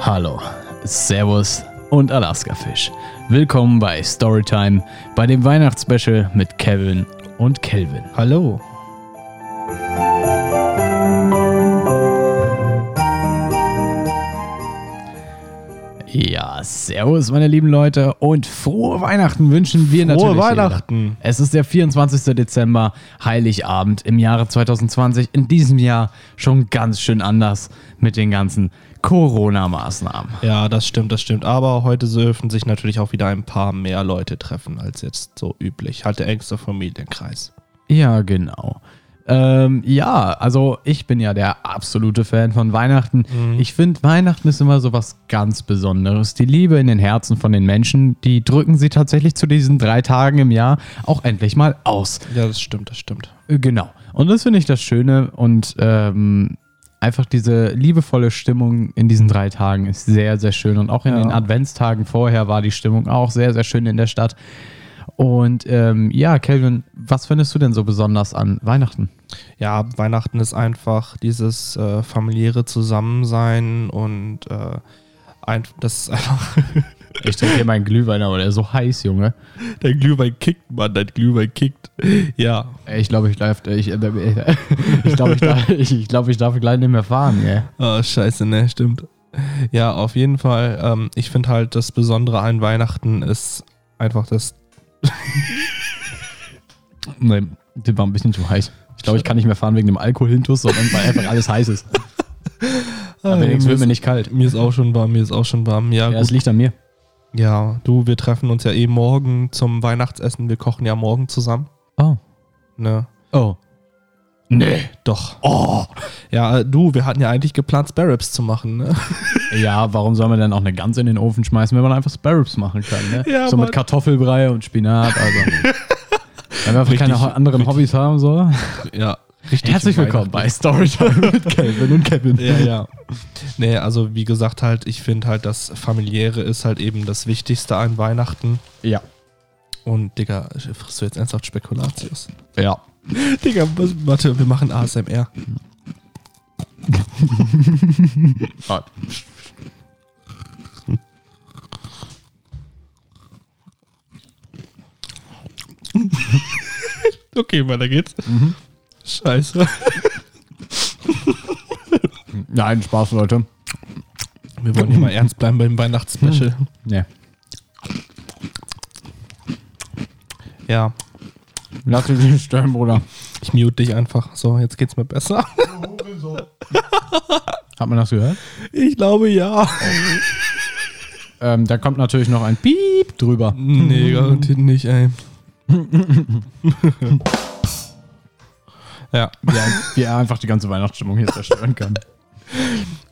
Hallo, Servus und Alaska-Fisch. Willkommen bei Storytime, bei dem Weihnachtsspecial mit Kevin und Kelvin. Hallo. Ja, Servus, meine lieben Leute, und frohe Weihnachten wünschen wir Frohe natürlich. jeder. Weihnachten. Es ist der 24. Dezember, Heiligabend im Jahre 2020. In diesem Jahr schon ganz schön anders mit den ganzen Corona-Maßnahmen. Ja, das stimmt, das stimmt. Aber heute dürfen sich natürlich auch wieder ein paar mehr Leute treffen als jetzt so üblich. Halt der engste Familienkreis. Ja, genau. Ähm, ja, also ich bin ja der absolute Fan von Weihnachten. Ich finde, Weihnachten ist immer so was ganz Besonderes. Die Liebe in den Herzen von den Menschen, die drücken sie tatsächlich zu diesen drei Tagen im Jahr auch endlich mal aus. Ja, das stimmt, das stimmt. Äh, Genau. Und das finde ich das Schöne und ähm, einfach diese liebevolle Stimmung in diesen drei Tagen ist sehr, sehr schön. Und auch in Ja. den Adventstagen vorher war die Stimmung auch sehr, sehr schön in der Stadt. Und ähm, ja, Kelvin, was findest du denn so besonders an Weihnachten? Ja, Weihnachten ist einfach dieses äh, familiäre Zusammensein und äh, ein, das ist einfach. Ich trinke hier meinen Glühwein, aber der ist so heiß, Junge. dein Glühwein kickt, Mann, dein Glühwein kickt. Ja. Ey, Ich glaube, ich, darf- ich, äh, äh, ich, glaube, ich, darf- ich, ich, glaube, ich darf gleich nicht mehr fahren, gell? Oh, scheiße, ne, stimmt. Ja, auf jeden Fall. Ähm, ich finde halt, das Besondere an Weihnachten ist einfach das. Nee, das war ein bisschen zu heiß. Ich glaube, ich kann nicht mehr fahren wegen dem Alkoholhintus, sondern weil einfach alles heiß ist. Aber Ah, wenigstens wird mir nicht kalt. Mir ist auch schon warm, mir ist auch schon warm. Ja, Ja, es gut. liegt an mir. Ja, du, wir treffen uns ja eh morgen zum Weihnachtsessen. Wir kochen ja morgen zusammen. Oh. Ne? Oh. Nee. Doch. Oh. Ja, äh, du, wir hatten ja eigentlich geplant, Sparrows zu machen, ne? Ja, warum soll man denn auch eine Gans in den Ofen schmeißen, wenn man einfach Sparrows machen kann, ne? Ja, so mit Mann. Kartoffelbrei und Spinat, also. Wenn wir einfach keine Richtig, anderen Hobbys haben, so. Ja, richtig. Herzlich willkommen bei Storytime mit Calvin und Kevin. Ja, ja. Nee, also wie gesagt halt, ich finde halt, das Familiäre ist halt eben das Wichtigste an Weihnachten. Ja. Und, Digga, frisst du jetzt ernsthaft Spekulatius? Ja. Digga, was- warte, wir machen ASMR. Ah. Okay, weiter geht's. Scheiße. Nein, Spaß, Leute. Wir wollen hier mal ernst bleiben beim Weihnachtsspecial. Nee. Ja, Lass dich nicht stören, Bruder. ich mute dich einfach. So, jetzt geht's mir besser. Hat man das gehört? Ich glaube ja. Ähm, da kommt natürlich noch ein Piep drüber. Nee, garantiert nicht, ey. ja. Ja, wie er einfach die ganze Weihnachtsstimmung hier zerstören kann.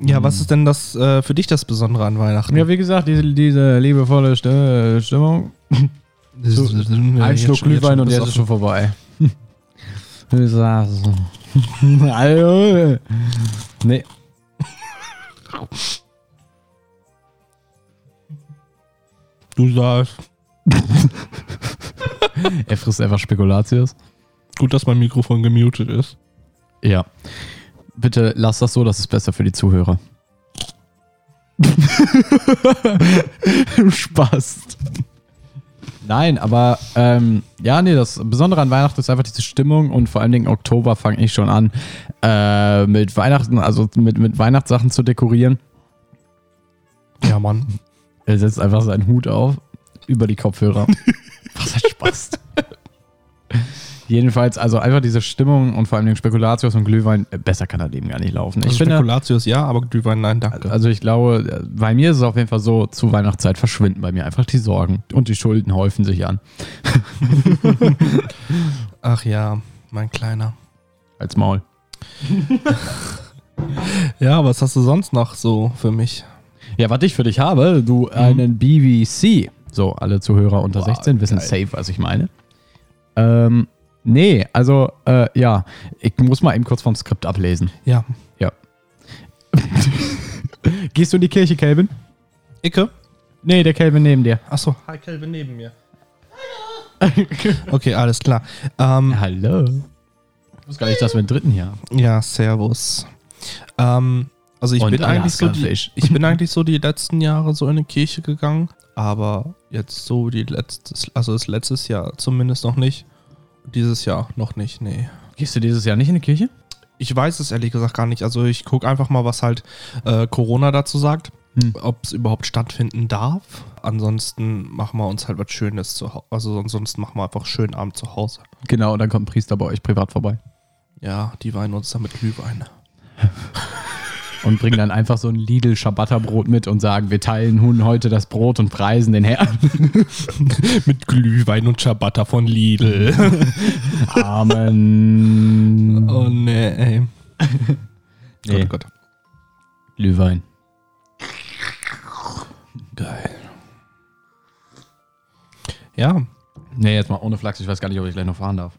Ja, was ist denn das äh, für dich das Besondere an Weihnachten? Ja, wie gesagt, diese, diese liebevolle Sti- Stimmung. so, Ein Schluck Glühwein und jetzt ist schon vorbei. Ich sag's. Alter. nee. Du sagst, Er frisst einfach Spekulatius. gut, dass mein Mikrofon gemutet ist. Ja. Bitte lass das so, das ist besser für die Zuhörer. Spaß. Nein, aber ähm, ja, nee, das Besondere an Weihnachten ist einfach diese Stimmung und vor allen Dingen Oktober fange ich schon an, äh, mit Weihnachten, also mit, mit Weihnachtssachen zu dekorieren. Ja, Mann. Er setzt einfach seinen Hut auf über die Kopfhörer. Was hat Spaß. Jedenfalls, also einfach diese Stimmung und vor allem den Spekulatius und Glühwein, äh, besser kann das Leben gar nicht laufen. Ich Also finde, Spekulatius ja, aber Glühwein nein, danke. also ich glaube, äh, bei mir ist es auf jeden Fall so, zu Weihnachtszeit verschwinden bei mir einfach die Sorgen und die Schulden häufen sich an. Ach ja, mein Kleiner. Als Maul. Ja, was hast du sonst noch so für mich? Ja, was ich für dich habe, du einen BBC. So, alle Zuhörer unter Mhm. Boah, 16 wissen geil. safe, was ich meine. Ähm, nee, also, äh, ja, ich muss mal eben kurz vom Skript ablesen. Ja. Gehst du in die Kirche, Calvin? Icke? Nee, der Calvin neben dir. Achso. Hi, Kelvin neben mir. Okay, alles klar. Ähm, Hallo. Ich wusste gar nicht, dass wir einen dritten hier haben. ja, servus. Ähm, Also ich Und bin eigentlich so die, Alaska-Fisch. ich bin eigentlich so die letzten Jahre so in eine Kirche gegangen, aber jetzt so die letztes, also das letztes Jahr zumindest noch nicht. Dieses Jahr noch nicht, nee. Gehst du dieses Jahr nicht in die Kirche? Ich weiß es ehrlich gesagt gar nicht. Also ich gucke einfach mal, was halt äh, Corona dazu sagt, Hm. ob es überhaupt stattfinden darf. Ansonsten machen wir uns halt was Schönes zu Hause. Also ansonsten machen wir einfach einen schönen Abend zu Hause. Genau, und dann kommt ein Priester bei euch privat vorbei Ja, die weinen uns damit Glühwein. und bringen dann einfach so ein Lidl Schabbatterbrot mit und sagen, wir teilen nun heute das Brot und preisen den Herrn. Mit Glühwein und Ciabatta von Lidl. Amen. Oh nee, ey. Nee. Gott, oh Gott. Glühwein. Geil. Ja, Nee, jetzt mal ohne Flachs, ich weiß gar nicht, ob ich gleich noch fahren darf.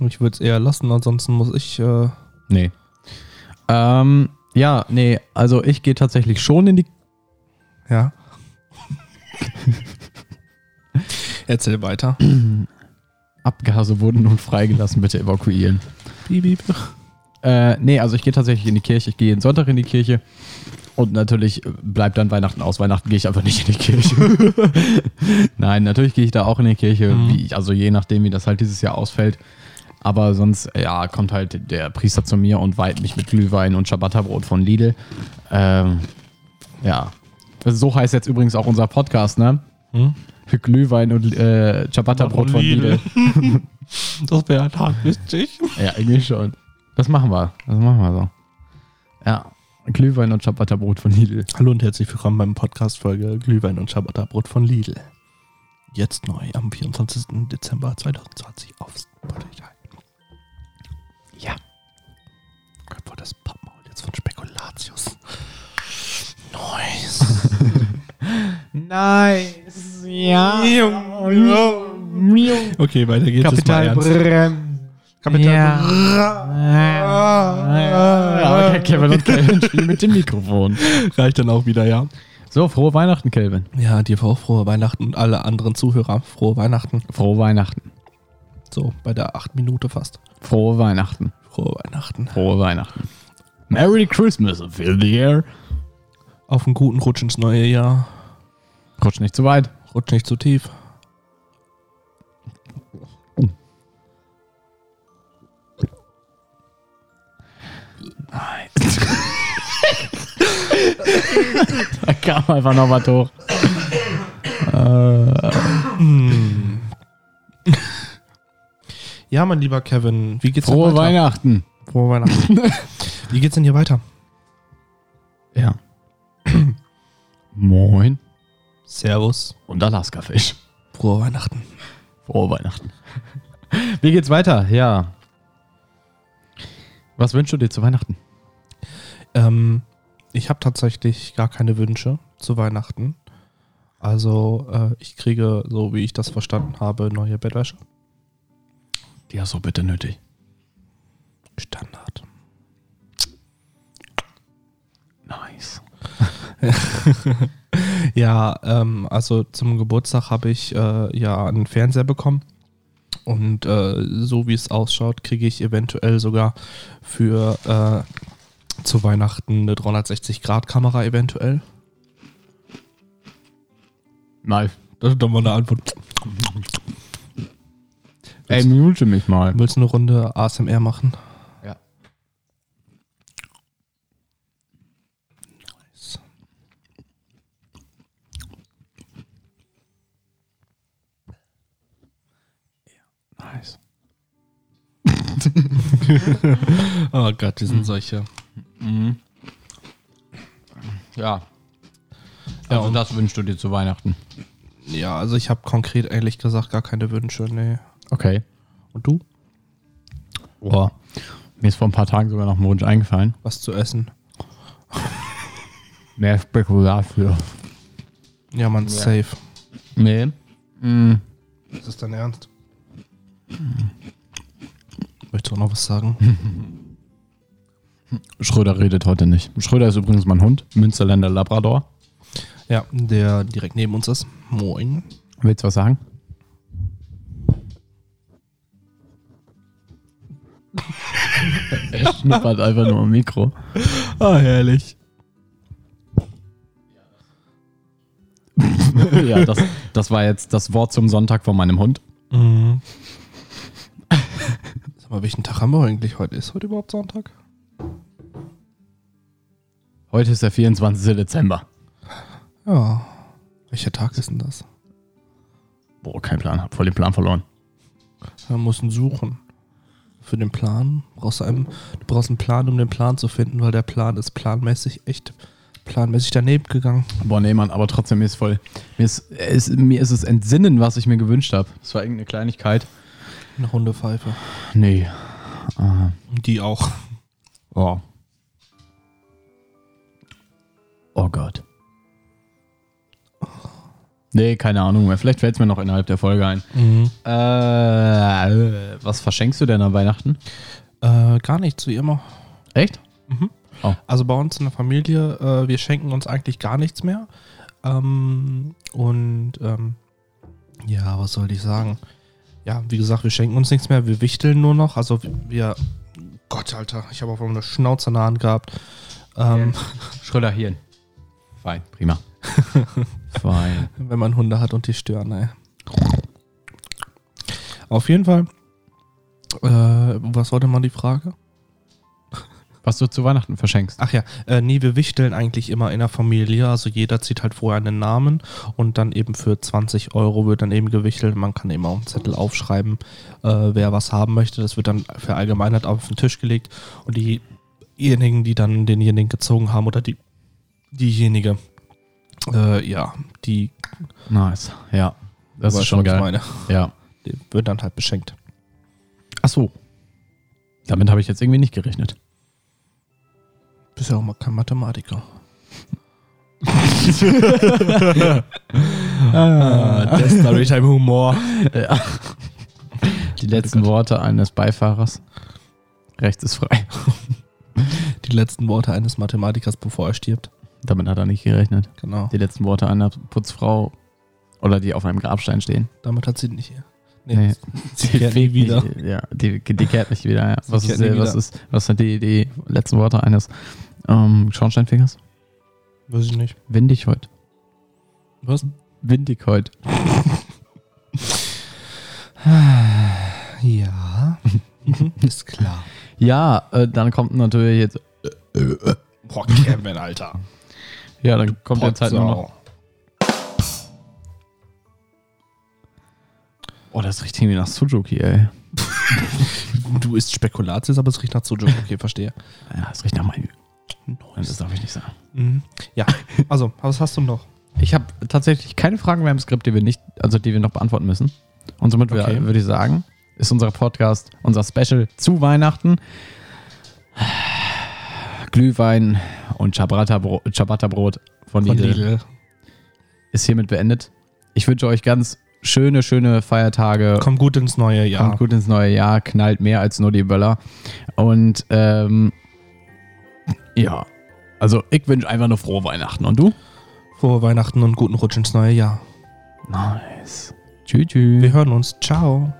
ich würde es eher lassen, ansonsten muss ich. Äh, Nee. Ähm, ja, nee, also ich gehe tatsächlich schon in die. ja. Erzähl weiter. Abgase wurden nun freigelassen, bitte evakuieren. Piep, piep. Äh, nee, also ich gehe tatsächlich in die Kirche. Ich gehe jeden Sonntag in die Kirche. Und natürlich äh, bleibt dann Weihnachten aus. Weihnachten gehe ich einfach nicht in die Kirche. Nein, natürlich gehe ich da auch in die Kirche. Wie ich, also je nachdem, wie das halt dieses Jahr ausfällt. Aber sonst, ja, kommt halt der Priester zu mir und weiht mich mit Glühwein und Ciabatta-Brot von Lidl. Ähm, ja. So heißt jetzt übrigens auch unser Podcast, ne? Hm? Glühwein und äh, Ciabatta-Brot von Lidl. Das wäre halt hart witzig. Ja, irgendwie schon. Das machen wir. Das machen wir so. Ja. Glühwein und Ciabatta-Brot von Lidl. Hallo und herzlich willkommen beim Podcast-Folge Glühwein und Ciabatta-Brot von Lidl. Jetzt neu am 24. Dezember 2020 auf Spotify. Ja. Obwohl das Pappmaul jetzt von Spekulatius. Nice. Nice. Ja. Okay, weiter geht's. jetzt mal ernst. Kapital Aber der Kevin und Kevin spielen mit dem Mikrofon. reicht dann auch wieder, ja. So, frohe Weihnachten, Kelvin. Ja, dir auch frohe Weihnachten und alle anderen Zuhörer frohe Weihnachten. Frohe Weihnachten. So, bei der 8 Minute fast. Frohe Weihnachten. Frohe Weihnachten. Frohe Weihnachten. Merry Christmas, fill the air. Auf einen guten Rutsch ins neue Jahr. Rutsch nicht zu weit. Rutsch nicht zu tief. Da kam einfach noch was hoch. Ja, mein lieber Kevin, wie geht's Frohe denn weiter? Weihnachten. Frohe Weihnachten. wie geht's denn hier weiter? Ja. Moin. Servus. Und Alaska-Fisch. Frohe Weihnachten. Frohe Weihnachten. Wie geht's weiter? Ja. Was wünschst du dir zu Weihnachten? Ähm, ich habe tatsächlich gar keine Wünsche zu Weihnachten. Also äh, ich kriege, so wie ich das verstanden habe, neue Bettwäsche. Die hast du bitte nötig. Standard. Nice. Ja, ähm, also zum Geburtstag habe ich äh, ja einen Fernseher bekommen. Und äh, so wie es ausschaut, kriege ich eventuell sogar für äh, zu Weihnachten eine 360-Grad-Kamera eventuell. Nein. Das ist doch mal eine Antwort. Ey, mute mich mal. Willst du eine Runde ASMR machen? Ja. Nice. Nice. Oh Gott, die sind solche. Ja. Also und- das wünschst du dir zu Weihnachten. Ja, also ich habe konkret ehrlich gesagt gar keine Wünsche, nee. Okay. Und du? Boah. Mir ist vor ein paar Tagen sogar noch ein Wunsch eingefallen. Was zu essen? Mehr Spekulatio. Ja, man, safe. Nee. Ist das dein Ernst? Möchtest du auch noch was sagen? Schröder redet heute nicht. Schröder ist übrigens mein Hund. Münsterländer Labrador. ja, der direkt neben uns ist. Moin. Willst du was sagen? er schnuppert einfach nur am Mikro. Ah, herrlich. ja, das, das war jetzt das Wort zum Sonntag von meinem Hund. Mhm. Sag mal, welchen Tag haben wir eigentlich heute? Ist heute überhaupt Sonntag? Heute ist der 24. Dezember. Ja. Welcher Tag ist denn das? Boah, kein Plan, hab voll den Plan verloren. Man muss ihn suchen. Für den Plan brauchst du einen, du brauchst einen Plan, um den Plan zu finden, weil der Plan ist planmäßig echt planmäßig daneben gegangen. Boah, nee, Mann, aber trotzdem, mir ist voll. Mir ist, es- mir ist es entsinnen, was ich mir gewünscht habe. Es war irgendeine Kleinigkeit. Eine runde Pfeife. Nee. Die auch. Oh. Oh Gott. Nee, keine Ahnung mehr. Vielleicht fällt es mir noch innerhalb der Folge ein. Mhm. Äh, was verschenkst du denn an Weihnachten? Äh, gar nicht, so wie immer. Echt? Also bei uns in der Familie, äh, wir schenken uns eigentlich gar nichts mehr. Ähm, und ähm, ja, was soll ich sagen? Ja, wie gesagt, wir schenken uns nichts mehr, wir wichteln nur noch. Also wir. Gott, Alter, ich habe auf einmal eine Schnauze in der Hand gehabt. Ähm, Schröder Hirn. Fein, prima. Fein. Wenn man Hunde hat und die stören, ey. Auf jeden Fall. Äh, was war denn mal die Frage? Was du zu Weihnachten verschenkst. Ach ja, äh, nee, wir wichteln eigentlich immer in der Familie. Also jeder zieht halt vorher einen Namen und dann eben für 20 Euro wird dann eben gewichtelt. Man kann eben auch einen Zettel aufschreiben, äh, wer was haben möchte. Das wird dann verallgemeinert auf den Tisch gelegt und diejenigen, die dann denjenigen gezogen haben oder die, diejenige, äh, ja, die Nice. Ja. Das weißt du, ist schon was ich geil. meine. Ja. Die wird dann halt beschenkt. Ach so. Damit habe ich jetzt irgendwie nicht gerechnet. Bist ja auch mal kein Mathematiker. Ah, das ist natürlich ein Humor. Ja. Die letzten Worte eines Beifahrers. Rechts ist frei. Die letzten Worte eines Mathematikers, bevor er stirbt. Damit hat er nicht gerechnet. Genau. Die letzten Worte einer Putzfrau oder die auf einem Grabstein stehen. Damit hat sie nicht. Nee, Nee. sie kehrt nie wieder. Ja, die, die kehrt nicht wieder. Ja. Was, ist, kehrt nie äh, was, wieder. ist, was sind die, die letzten Worte eines ähm, Schornsteinfegers? Weiß ich nicht. Windig heute. Was? Windig heute. Ja. ist klar. Ja, äh, dann kommt natürlich jetzt. Boah, Kevin, Alter. Ja, dann kommt jetzt halt nur noch. Oh, das riecht irgendwie nach Suzuki, ey. Du isst Spekulatius, aber es riecht nach Sojo. Okay, verstehe. Ja, das riecht nach Malmö. Das darf ich nicht sagen. Mhm. Ja, also, was hast du noch? Ich habe tatsächlich keine Fragen mehr im Skript, die wir nicht, also die wir noch beantworten müssen. Und somit wär- Okay. würde ich sagen, ist unser Podcast, unser Special zu Weihnachten. Glühwein und Ciabatta-Bro- Ciabatta-Brot von, Lidl ist hiermit beendet. Ich wünsche euch ganz schöne, schöne Feiertage. Komm gut ins neue Jahr. Kommt gut ins neue Jahr, knallt mehr als nur die Böller. Und ähm, ja, also ich wünsche einfach nur frohe Weihnachten. Und du? Frohe Weihnachten und guten Rutsch ins neue Jahr. Nice. Tschüss. tschüss. Wir hören uns. Ciao.